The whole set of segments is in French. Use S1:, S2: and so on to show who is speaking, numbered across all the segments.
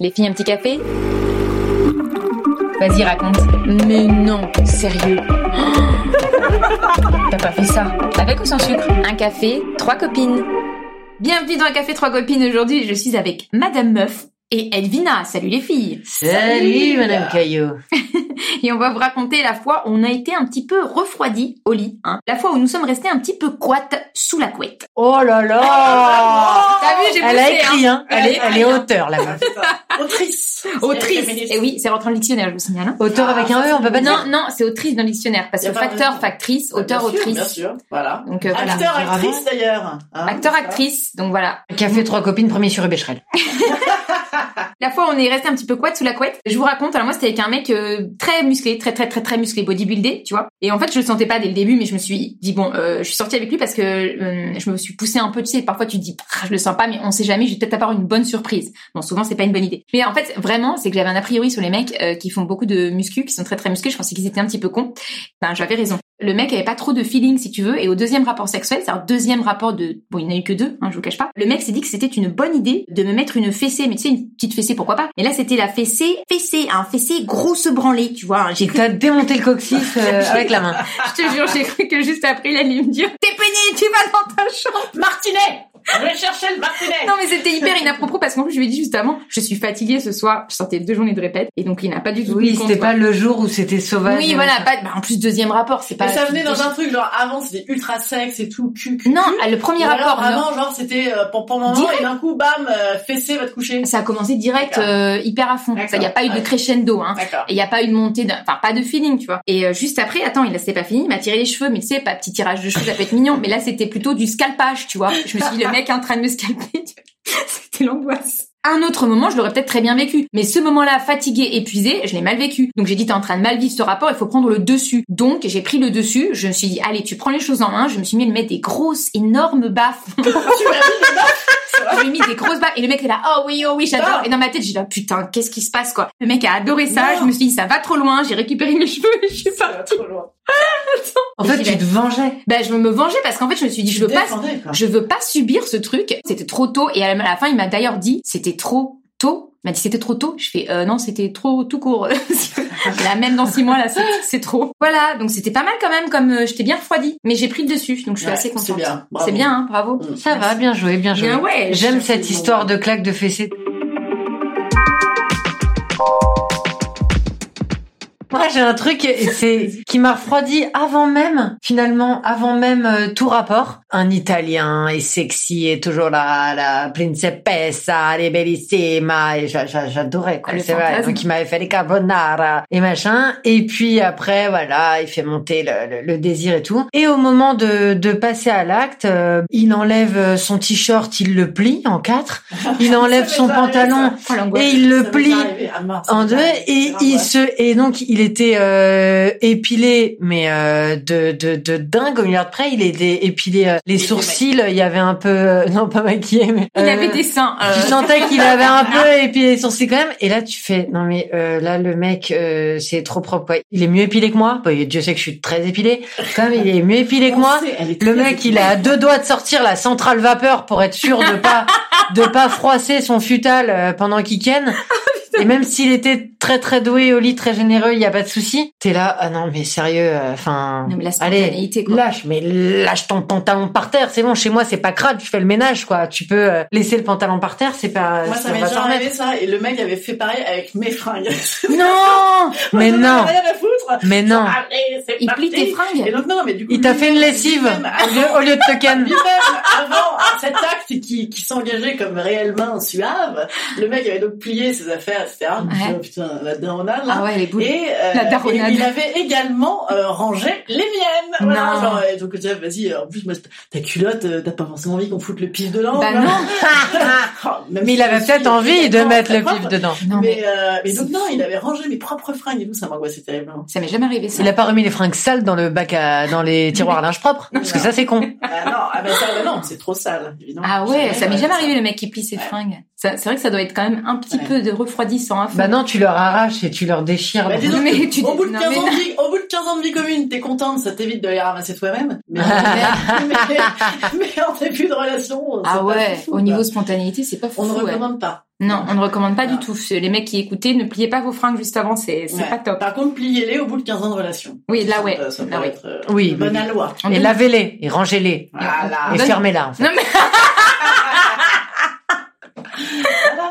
S1: Les filles, un petit café Vas-y, raconte. Mais non, sérieux. T'as pas fait ça Avec ou sans sucre Un café, trois copines. Bienvenue dans un café, trois copines. Aujourd'hui, je suis avec Madame Meuf et Elvina. Salut les filles
S2: Salut, Madame Caillot.
S1: Et on va vous raconter la fois où on a été un petit peu refroidi au lit. hein. La fois où nous sommes restés un petit peu coites sous la couette.
S2: Oh là là
S1: T'as vu, j'ai
S2: Ah, bah, Elle a
S1: poussé, hein.
S2: écrit, hein. Elle est, elle est auteur, la
S3: Ah,
S2: meuf.
S3: Autrice.
S1: Autrice Et Eh oui, c'est rentré dans le dictionnaire, je vous signale. hein.
S2: Auteur avec un E, on peut pas dire.
S1: Non, non, c'est autrice dans le dictionnaire. Parce
S3: Y
S1: que
S3: a pas de-
S1: facteur, factrice, auteur,
S3: Bien sûr,
S1: autrice.
S3: Bien sûr, voilà.
S1: Donc euh, voilà.
S3: Acteur,
S2: Gérard
S3: actrice d'ailleurs. hein,
S1: Acteur,
S3: voilà.
S1: actrice, donc voilà.
S2: Café, trois copines, premier sur Bécherel.
S1: La fois où on est resté un petit peu couette sous la couette, je vous raconte, alors moi c'était avec un mec euh, très musclé, très très très très musclé, bodybuildé, tu vois. Et en fait je le sentais pas dès le début, mais je me suis dit bon, euh, je suis sortie avec lui parce que euh, je me suis poussée un peu, tu sais, parfois tu te dis Ah, je le sens pas, mais on sait jamais, je vais peut-être avoir une bonne surprise. Bon souvent c'est pas une bonne idée. Mais en fait vraiment c'est que j'avais un a priori sur les mecs euh, qui font beaucoup de muscu, qui sont très très musclés, je pensais qu'ils étaient un petit peu cons. Ben j'avais raison. Le mec avait pas trop de feeling si tu veux, et au deuxième rapport sexuel, c'est un deuxième rapport de, bon il n'y en a eu que deux, hein, je vous cache pas. Le mec s'est dit que c'était une bonne idée de me mettre une fessée, mais tu sais une petite fessée pourquoi pas. Et là c'était la fessée, fessée, un fessée grosse branlée, tu vois. hein, J'ai cru,
S2: T'as démonté le coccyx euh, avec la main.
S1: Ah, je te jure, j'ai cru que juste après il allait me dire t'es peiné, tu vas dans ta chambre.
S3: Ah, Martinet. Je vais chercher le Martinet.
S1: Non mais c'était hyper inapproprié parce qu'en plus je lui ai dit juste avant, je suis fatiguée ce soir, je sortais de deux journées de répète, et donc il n'a pas du tout
S2: Oui,
S1: tenu compte,
S2: c'était
S1: quoi.
S2: pas le jour où c'était sauvage.
S1: Oui voilà, pas- bah, en plus deuxième rapport, c'est pas.
S3: Et ça venait dans un truc genre avant c'était ultra sexe et tout cul. cul.
S1: Non, ah, le
S3: Ou
S1: premier
S3: alors,
S1: rapport. non.
S3: avant genre c'était euh, pompon maman
S1: Direct.
S3: et d'un coup bam euh, fessé va te coucher.
S1: Ça a commencé direct,
S3: D'accord.
S1: euh, hyper à fond.
S3: D'accord.
S1: Il n'y a pas eu de
S3: Ouais.
S1: crescendo. Hein.
S3: D'accord.
S1: Et il n'y a pas eu de montée, d'un- enfin pas de feeling, tu vois. Et euh, juste après, attends, il a c'était pas fini, il m'a tiré les cheveux, mais tu sais, pas petit tirage de cheveux, ça peut être mignon. Mais là, c'était plutôt du scalpage, tu vois. Je me suis dit, le mec est en train de me scalper. tu vois. c'était l'angoisse. Un autre moment, je l'aurais peut-être très bien vécu. Mais ce moment-là, fatigué, épuisé, je l'ai mal vécu. Donc j'ai dit, t'es en train de mal vivre ce rapport, il faut prendre le dessus. Donc j'ai pris le dessus, je me suis dit, allez, tu prends les choses en main, je me suis mis à lui mettre des grosses, énormes baffes
S3: tu m'as mis des baffes.
S1: je lui ai mis des grosses baffes et le mec est là oh oui oh oui j'adore
S3: Ah.
S1: et dans ma tête j'ai là putain qu'est-ce qui se passe quoi le mec a adoré ça
S3: Non.
S1: je me suis dit ça va trop loin j'ai récupéré mes cheveux et je suis
S3: Ça
S1: pas
S3: va trop loin.
S2: En fait, tu te vengeais.
S1: ben je me vengeais parce qu'en fait je me suis dit je veux pas
S3: Défendez, quoi.
S1: je veux pas subir ce truc c'était trop tôt et à la à la fin il m'a d'ailleurs dit c'était trop tôt il m'a dit c'était trop tôt je fais euh, non c'était trop tout court la même dans six mois là c'est- c'est trop voilà donc c'était pas mal quand même comme euh, j'étais bien refroidie mais j'ai pris le dessus donc je suis
S3: Ouais,
S1: assez contente
S3: C'est bien. bravo.
S1: c'est bien hein, bravo
S3: Mm.
S2: Ça va, bien joué, bien joué.
S1: bien ouais
S2: Ah, J'aime
S3: cherche
S2: cette
S3: le nom.
S2: histoire de claque de fessée. Moi, j'ai un truc et c'est qui m'a refroidi avant même, finalement, avant même euh, tout rapport. Un Italien et sexy et toujours là, la principessa, les bellissima, et j'a- j'a- j'adorais quoi.
S1: Le
S2: C'est vrai.
S1: fantasme.
S2: Donc il m'avait fait les carbonara et machin. Et puis après, voilà, il fait monter le, le- le désir et tout. Et au moment de, de passer à l'acte, euh, il enlève son t-shirt, il le plie en quatre, il enlève
S3: Ça
S2: son
S3: m'est arrivé,
S2: pantalon
S1: oh l'angoisse
S2: et il
S3: Ça
S2: le
S3: m'est
S2: plie
S3: arrivé. Ah, mince,
S2: en
S3: ça
S2: deux
S3: m'est arrivé.
S2: et il
S3: C'est l'angoisse.
S2: se et donc il était euh, épilé mais euh, de, de de dingue au milliard de près il était épilé euh, les
S3: était
S2: sourcils il y avait un peu euh, non pas maquillé mais
S1: il
S2: euh,
S1: avait des seins euh,
S2: tu sentais qu'il avait un peu épilé les sourcils quand même et là tu fais non mais euh, là le mec euh, c'est trop propre ouais. il est mieux épilé que moi Bah, Dieu sait que je suis très épilée quand même il est mieux épilé que
S3: On
S2: moi
S3: sait, elle est
S2: le
S3: très
S2: mec, il a à deux doigts de sortir la centrale vapeur pour être sûr de pas de pas froisser son futal euh, pendant qu'il ken.
S3: Oh,
S2: Et même s'il était très très doué au lit, très généreux, il y a pas de souci. T'es là, ah non mais sérieux, enfin.
S1: non mais la
S2: Allez,
S1: spontanéité quoi
S2: lâche, mais lâche ton pantalon par terre. C'est bon, chez moi c'est pas crade, je fais le ménage quoi. Tu peux euh, laisser le pantalon par terre, c'est pas.
S3: Moi,
S2: on
S3: ça
S2: va
S3: m'est
S2: s'en
S3: déjà
S2: remettre.
S3: arrivé ça, et le mec avait fait pareil avec mes fringues.
S2: Non, mais
S3: J'en avais
S2: non,
S3: rien à foutre.
S2: mais non.
S3: Allez, c'est
S1: il plie
S3: parti.
S1: tes
S3: Et
S1: fringues
S3: donc, non, mais du coup.
S2: Il t'a fait une
S3: lui-même-
S2: lessive
S3: lui-même,
S2: au lieu, au lieu de te ken.
S3: lui-même, avant cet acte qui, qui s'engageait comme réellement suave, le mec avait donc plié ses affaires, etc. Je me suis dit,
S1: Ouais.
S3: oh, putain, la daronade, là.
S1: ah ouais les boules
S3: Et, euh,
S1: La daronade.
S3: et il avait également euh, rangé les miennes.
S1: Non.
S3: Voilà, genre, et donc déjà, vas-y, euh, en plus, moi, ta culotte, euh, t'as pas forcément envie qu'on foute le pif dedans.
S1: Bah
S3: voilà.
S1: non,
S3: Oh, même
S2: Mais
S3: si
S2: il avait
S3: je
S2: peut-être
S3: suis
S2: envie de
S3: évidemment
S2: mettre
S3: très
S2: le
S3: propre,
S2: pif dedans.
S1: non mais,
S3: mais, euh, mais donc
S1: c'est
S3: non,
S1: fou.
S3: il avait rangé mes propres fringues et tout, ça m'angoissait terriblement.
S1: ça m'est jamais arrivé ça.
S2: Il a pas remis les fringues sales dans le bac à, dans les tiroirs à linge propre. Parce que ça, c'est con.
S3: Ah non, ah ben ça, ben non, c'est trop sale, évidemment.
S1: Ah ouais, ça m'est
S3: Ouais,
S1: jamais
S3: ouais,
S1: arrivé le mec qui plie ses fringues. Ça- C'est vrai que ça doit être quand même un petit
S3: Ouais.
S1: peu de refroidissant. à fond.
S2: Bah non, tu leur arraches et tu leur déchires.
S3: Bah,
S2: leur-
S3: disons
S1: Mais
S3: que
S1: tu-
S3: au, bout de
S1: non,
S3: 15
S1: mais
S3: ans de vie, au bout de 15 ans de vie commune, t'es contente, ça t'évite de les ramasser toi-même. Mais, mais, mais en début de relation, c'est
S1: Ah
S3: pas
S1: ouais, au
S3: fou, quoi.
S1: niveau spontanéité, c'est pas fou.
S3: On ne
S1: ouais.
S3: recommande pas.
S1: Non, on ne recommande pas
S3: Non.
S1: du tout. Les mecs qui écoutaient, ne pliez pas vos fringues juste avant, c'est c'est
S3: Ouais.
S1: pas top.
S3: Par contre, pliez-les au bout de 15 ans de relation.
S1: Oui, là, ouais.
S3: Ça, ça
S1: Là,
S3: peut
S1: oui.
S3: être euh,
S2: Oui,
S3: une bonne
S2: oui.
S3: loi.
S1: On
S2: Et
S1: donne-
S2: lavez-les et rangez-les.
S3: Voilà.
S2: Et
S1: Donne-
S2: fermez-la. en fait.
S1: Non mais
S3: Voilà,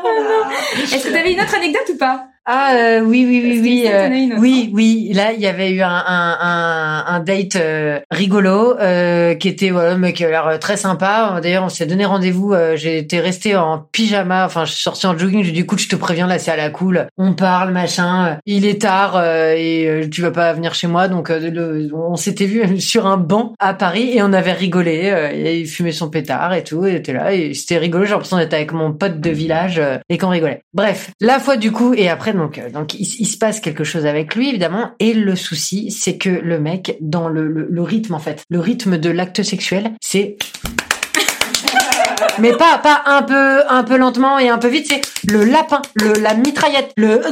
S3: voilà.
S1: est-ce que t'avais une autre anecdote ou pas
S2: Ah euh, oui oui oui
S1: Est-ce
S2: oui
S1: qu'il s'en
S2: euh,
S1: tenait une autre
S2: oui oui là il y avait eu un un un, un date euh, rigolo euh, qui était voilà mais qui a l'air euh, très sympa d'ailleurs on s'est donné rendez-vous euh, j'étais restée en pyjama enfin je suis sortie en jogging j'ai dit écoute je te préviens là c'est à la cool on parle machin il est tard euh, et euh, tu vas pas venir chez moi donc euh, le- on s'était vu sur un banc à Paris et on avait rigolé euh, et il fumait son pétard et tout et il était là et c'était rigolo j'ai l'impression d'être avec mon pote de village euh, et qu'on rigolait bref la fois du coup et après donc euh, donc il, s- il se passe quelque chose avec lui évidemment et le souci c'est que le mec dans le, le, le rythme en fait le rythme de l'acte sexuel c'est mais pas pas un peu un peu lentement et un peu vite c'est le lapin le la mitraillette le euh,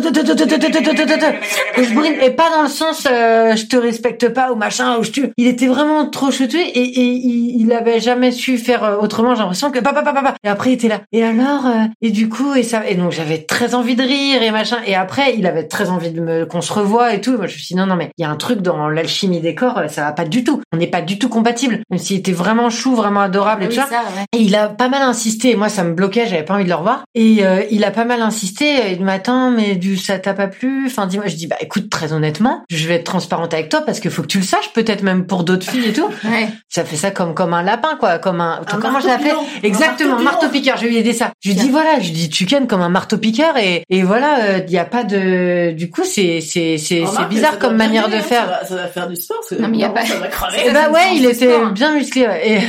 S2: et je brille, et pas dans le sens euh, je te respecte pas ou machin ou je tue. Il était vraiment trop cheté et, et il, il avait jamais su faire euh, autrement. J'ai l'impression que papa papa papa. Et après il était là. Et alors euh, et du coup et ça et donc j'avais très envie de rire et machin. Et après il avait très envie de me qu'on se revoie et tout. Et moi je me suis dit non non mais il y a un truc dans l'alchimie des corps euh, ça va pas du tout. On n'est pas du tout compatible. Même s'il était vraiment chou, vraiment
S1: Ah,
S2: adorable et tout ça.
S1: bah ouais.
S2: Et il a pas mal insisté. Et moi, ça me bloquait. J'avais pas envie de le revoir. Et euh, il a pas mal insisté. Il m'attend, mais du ça t'a pas plu. Enfin, dis-moi. Je dis bah écoute, très honnêtement, je vais être transparente avec toi parce que faut que tu le saches. Peut-être même pour d'autres filles et tout.
S1: Ouais.
S2: Ça fait ça comme comme un lapin quoi, comme un,
S3: Un
S2: comment je l'appelais
S3: marteau-pilon.
S2: Exactement,
S3: Un
S2: marteau
S3: marteau-pilon.
S2: piqueur. Je lui ai dit ça. Je lui dis
S1: Tiens.
S2: voilà, je lui dis tu cannes comme un marteau piqueur et et voilà, il y a pas de du coup c'est c'est c'est c'est
S3: Remarque,
S2: bizarre
S3: ça doit
S2: comme
S3: bien
S2: manière
S3: aider,
S2: de
S3: hein,
S2: faire.
S3: Ça va, ça va faire du sport. parce que
S1: Non, mais y a
S3: normalement,
S1: pas-
S3: Ça va crever.
S1: C'est ça,
S2: Eh bah
S1: c'est une
S2: ouais,
S1: séance
S2: il
S1: de
S2: était
S3: hein.
S1: sport.
S2: bien musclé. ouais. Et...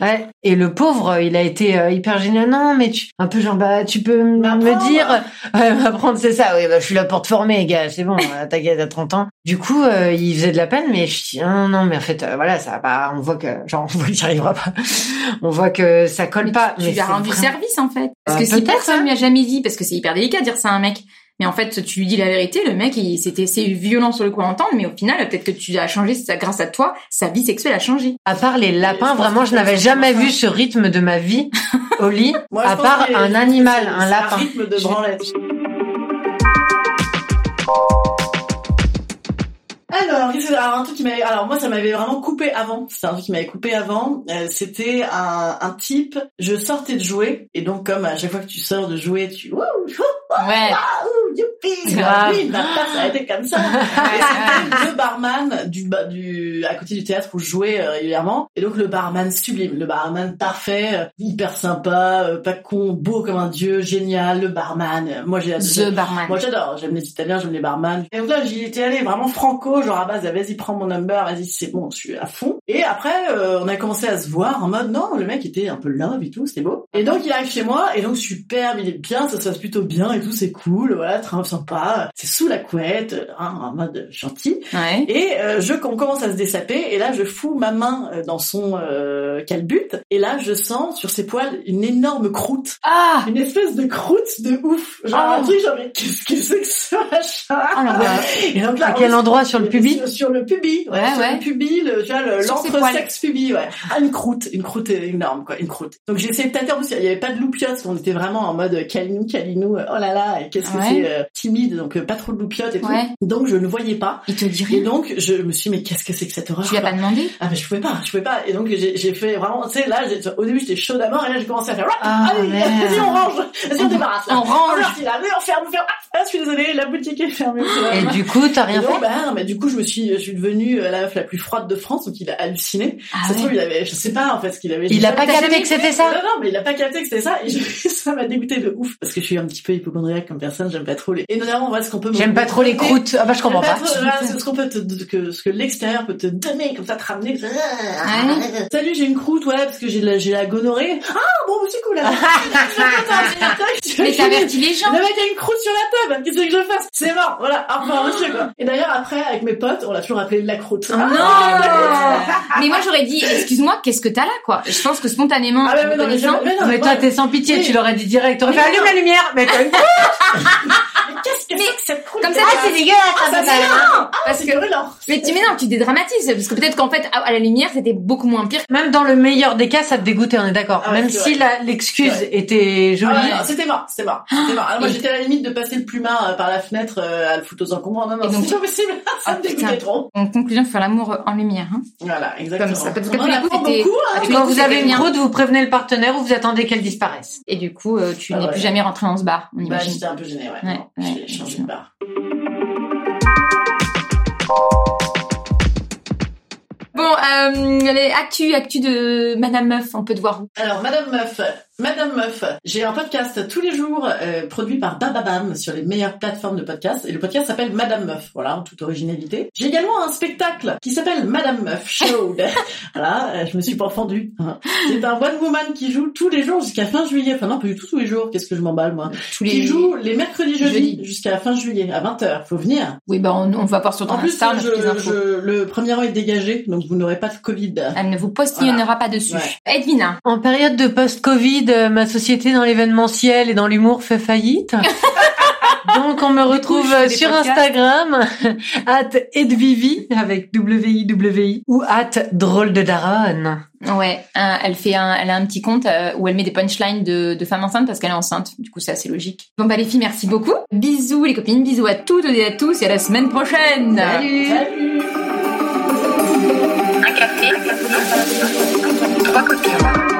S2: Ouais. Et le pauvre, il a été euh, hyper gênant. Non, mais tu, un peu genre, bah, tu peux m-
S3: M'apprendre.
S2: me dire, ouais, m'apprendre, c'est ça. Oui, bah, je suis là pour te former, gars. C'est bon, euh, t'inquiète, à 30 ans. Du coup, euh, il faisait de la peine, mais je dis, non, non, mais en fait, euh, voilà, ça va pas. On voit que, genre, on voit qu'il n'y arrivera pas. On voit que ça colle
S1: Mais
S2: pas.
S1: tu,
S2: mais
S1: tu lui as
S2: c'est
S1: rendu
S2: vraiment-
S1: service en fait. Bah, Parce
S2: Euh,
S1: que si
S2: peut-être,
S1: personne
S2: hein.
S1: lui a jamais dit, parce que c'est hyper délicat de dire ça à un mec. Mais en fait, tu lui dis la vérité, le mec, il- c'était c'est violent sur le coup à entendre, mais au final, peut-être que tu as changé, ça, grâce à toi, sa vie sexuelle a changé.
S2: À part les
S3: Je
S2: lapins,
S3: pense
S2: vraiment,
S3: que
S2: je n'avais
S3: c'est
S2: jamais
S3: comme ça.
S2: vu ce rythme de ma vie au lit,
S3: Moi, je
S2: à
S3: pense
S2: part
S3: que
S2: un
S3: c'est-
S2: animal, un
S3: c'est
S2: lapin.
S3: rythme de
S2: Je-
S3: branlette. Alors, qu'est-ce que- alors, un truc qui m'avait, alors moi ça m'avait vraiment coupé avant. C'était un truc qui m'avait coupé avant. Euh, c'était un, un type. Je sortais de jouer et donc comme à chaque fois que tu sors de jouer, tu wouh,
S1: Ouais.
S3: wouh, youpi,
S2: Grave.
S3: lui, il m'a pas s'arrêter comme ça. Et c'était le barman du, ba- du, à côté du théâtre où je jouais euh, régulièrement. Et donc le barman sublime, le barman parfait, euh, hyper sympa, euh, pas con, beau comme un dieu, génial, le barman. Euh, Moi j'ai
S1: The barman.
S3: moi j'adore, j'aime les Italiens, j'aime les barman. Et donc là j'y étais allée vraiment franco, genre à base de, vas-y prends mon number, vas-y c'est bon, je suis à fond. Et après euh, on a commencé à se voir en mode non, le mec était un peu love et tout, c'était beau. Et donc il arrive chez moi et donc superbe, il est bien, ça se passe plutôt bien et tout, c'est cool, voilà, très sympa, c'est sous la couette, hein, en mode gentil.
S1: Ouais.
S3: Et euh, je, on commence à se dessaper, et là je fous ma main euh, dans son euh, calbute, et là je sens sur ses poils une énorme croûte
S1: Ah!
S3: une espèce de croûte de ouf. Genre
S1: Ah.
S3: un truc genre mais qu'est-ce que c'est que ce machin
S1: Oh, l'angoisse.
S3: Et donc
S2: À
S3: là,
S2: quel
S3: on-
S2: endroit sur le pubis
S3: sur, sur le pubis, ouais,
S1: Ouais,
S3: sur
S1: ouais.
S3: le pubis, le, tu vois, le-
S1: Sur ses
S3: l'entre-sexe pubis, ouais. Ah, une croûte, une croûte énorme, quoi, une croûte. Donc j'ai essayé de tâter, en plus, il y avait pas de loupiote, parce qu'on était vraiment en mode calinou, calinou, euh, oh là là, et qu'est-ce que
S1: Ouais.
S3: c'est euh, timide, donc euh, pas trop de loupiote et tout.
S1: Ouais.
S3: Donc je ne voyais pas.
S1: Il te dit
S3: Et
S1: rien.
S3: donc je me suis dit, mais qu'est-ce que c'est que cette horreur
S1: Tu l'as
S3: quoi
S1: pas demandé?
S3: Ah mais je pouvais pas, je pouvais pas. Et donc j'ai j'ai fait vraiment, tu sais, là, j'ai- au début j'étais chaud d'abord, et là j'ai commencé à faire,
S2: Ah,
S3: allez,
S2: merde.
S3: vas-y on range, vas-y on débarrasse. là.
S1: On range.
S3: Alors, il a, mais on ferme, on ferme. Ah, je suis désolée, la boutique est fermée.
S2: Et du coup, t'as rien
S3: Et
S2: fait?
S3: donc, bah, non, mais du coup, je me suis, je suis devenue euh, la meuf la plus froide de France, donc il a halluciné.
S1: Ah
S3: ça se
S1: ouais.
S3: trouve, il avait, je sais pas, en fait, ce qu'il avait.
S2: Il a pas
S1: T'as
S2: capté
S1: jamais
S2: que c'était ça?
S3: Non, non, mais il a pas capté que c'était ça, et je- ça m'a dégoûté de ouf, parce que je suis un petit peu hypochondriaque comme personne, j'aime pas trop les, et notamment, voilà ce qu'on peut me-
S2: J'aime pas trop les croûtes. Ah bah je comprends
S3: J'aime
S2: pas.
S3: trop, voilà, c'est ce qu'on peut te- que, ce que l'extérieur peut te donner, comme ça, te ramener. Salut, j'ai une croûte, ouais, parce que j'ai la, j'ai la gonorrhée. Ah, bon, c'est cool, là.
S1: Mais t'avertis les gens.
S3: Le mec a une croûte sur la table. table, qu'est-ce que je fasse C'est mort, voilà, enfin, monsieur, quoi. Et d'ailleurs, après, avec mes potes, on l'a toujours appelé la croûte.
S1: Non
S3: Ah,
S1: Mais moi j'aurais dit, excuse-moi, qu'est-ce que t'as là quoi Je pense que spontanément,
S3: Ah, mais, mais
S1: me
S3: non, mais,
S1: connaissant,
S3: jamais- mais non,
S2: mais
S3: mais
S2: toi,
S3: moi,
S2: t'es sans pitié,
S3: Oui.
S2: tu l'aurais dit direct. T'aurais fait
S3: Mais
S2: allume
S3: non.
S2: la lumière, mais t'as une Ah,
S3: mais qu'est-ce que
S1: Mais
S3: c'est que cette croûte
S1: comme ça,
S3: Ah,
S2: c'est dégueulasse,
S3: ah, ça,
S2: ça,
S3: c'est
S2: ça.
S3: lent
S1: parce
S3: C'est
S1: que
S3: brûlant
S1: mais tu mais non, tu dédramatises parce que peut-être qu'en fait à, à la lumière c'était beaucoup moins pire.
S2: Même dans le meilleur des cas, ça te dégoûtait, on est d'accord.
S3: Ah ouais,
S2: Même
S3: c'est
S2: si la- l'excuse était jolie.
S3: Ah ouais, non, c'était mort, c'était mort, c'était mort. Alors moi
S1: Et-
S3: j'étais à la limite de passer le plumard euh, par la fenêtre euh, à le foutre aux encombrants. Non,
S1: Et
S3: non,
S1: donc-
S3: c'est pas possible, ça
S1: Ah,
S3: me
S1: putain.
S3: dégoûtait trop.
S1: En conclusion, faire l'amour en lumière. Hein.
S3: Voilà, exactement.
S1: ça, parce que
S3: On
S1: tous
S3: en
S1: les coups,
S3: apprend
S1: t'étais-
S3: beaucoup, hein.
S1: Ah, tu
S2: Quand
S1: coup,
S2: vous
S1: c'était
S2: avez une
S1: bien.
S2: croûte, vous prévenez le partenaire ou vous attendez qu'elle disparaisse.
S1: Et du coup, euh, tu
S3: Ah
S1: n'es
S3: ouais.
S1: plus jamais rentré dans ce bar. On
S3: Bah,
S1: imagine.
S3: j'étais un peu gênée, ouais.
S1: Ouais,
S3: Non, j'ai
S1: ouais,
S3: changé de
S1: effectivement.
S3: bar.
S1: Bon, euh, les actu, actu de Madame Meuf, on peut te voir où
S3: Alors, Madame Meuf, Madame Meuf, j'ai un podcast tous les jours euh, produit par Bababam sur les meilleures plateformes de podcast. Et le podcast s'appelle Madame Meuf, voilà, en toute originalité. J'ai également un spectacle qui s'appelle Madame Meuf Show. voilà, euh, je me suis pas fendue. hein. C'est un one woman qui joue tous les jours jusqu'à fin juillet. Enfin non, pas du tout tous les jours, qu'est-ce que je m'emballe moi.
S1: Tous
S3: Qui joue les mercredis jeudi,
S1: Jeudi.
S3: jusqu'à fin juillet, à 20h, faut venir.
S1: Oui, bah on, on va voir sur ton
S3: En plus,
S1: Insta, on a
S3: je-
S1: toutes les infos. Ah,
S3: je- le premier rang est dégagé, donc vous n'aurez pas de Covid.
S1: Elle ne vous postillonnera pas dessus.
S3: Ouais.
S1: Edwina,
S2: En période de post-Covid, euh, ma société dans l'événementiel et dans l'humour fait faillite. Donc on me retrouve
S1: je fais
S2: euh,
S1: des
S2: sur
S1: podcasts.
S2: Instagram at edvivi avec W-I-W-I ou at drôle de daronne.
S1: ouais, hein, elle fait un, elle a un petit compte euh, où elle met des punchlines de, de femmes enceintes parce qu'elle est enceinte. Du coup, c'est assez logique. Bon bah les filles, merci beaucoup. Bisous les copines, bisous à toutes et à tous et à la semaine prochaine.
S3: Salut
S4: Un café. Trois cocktails.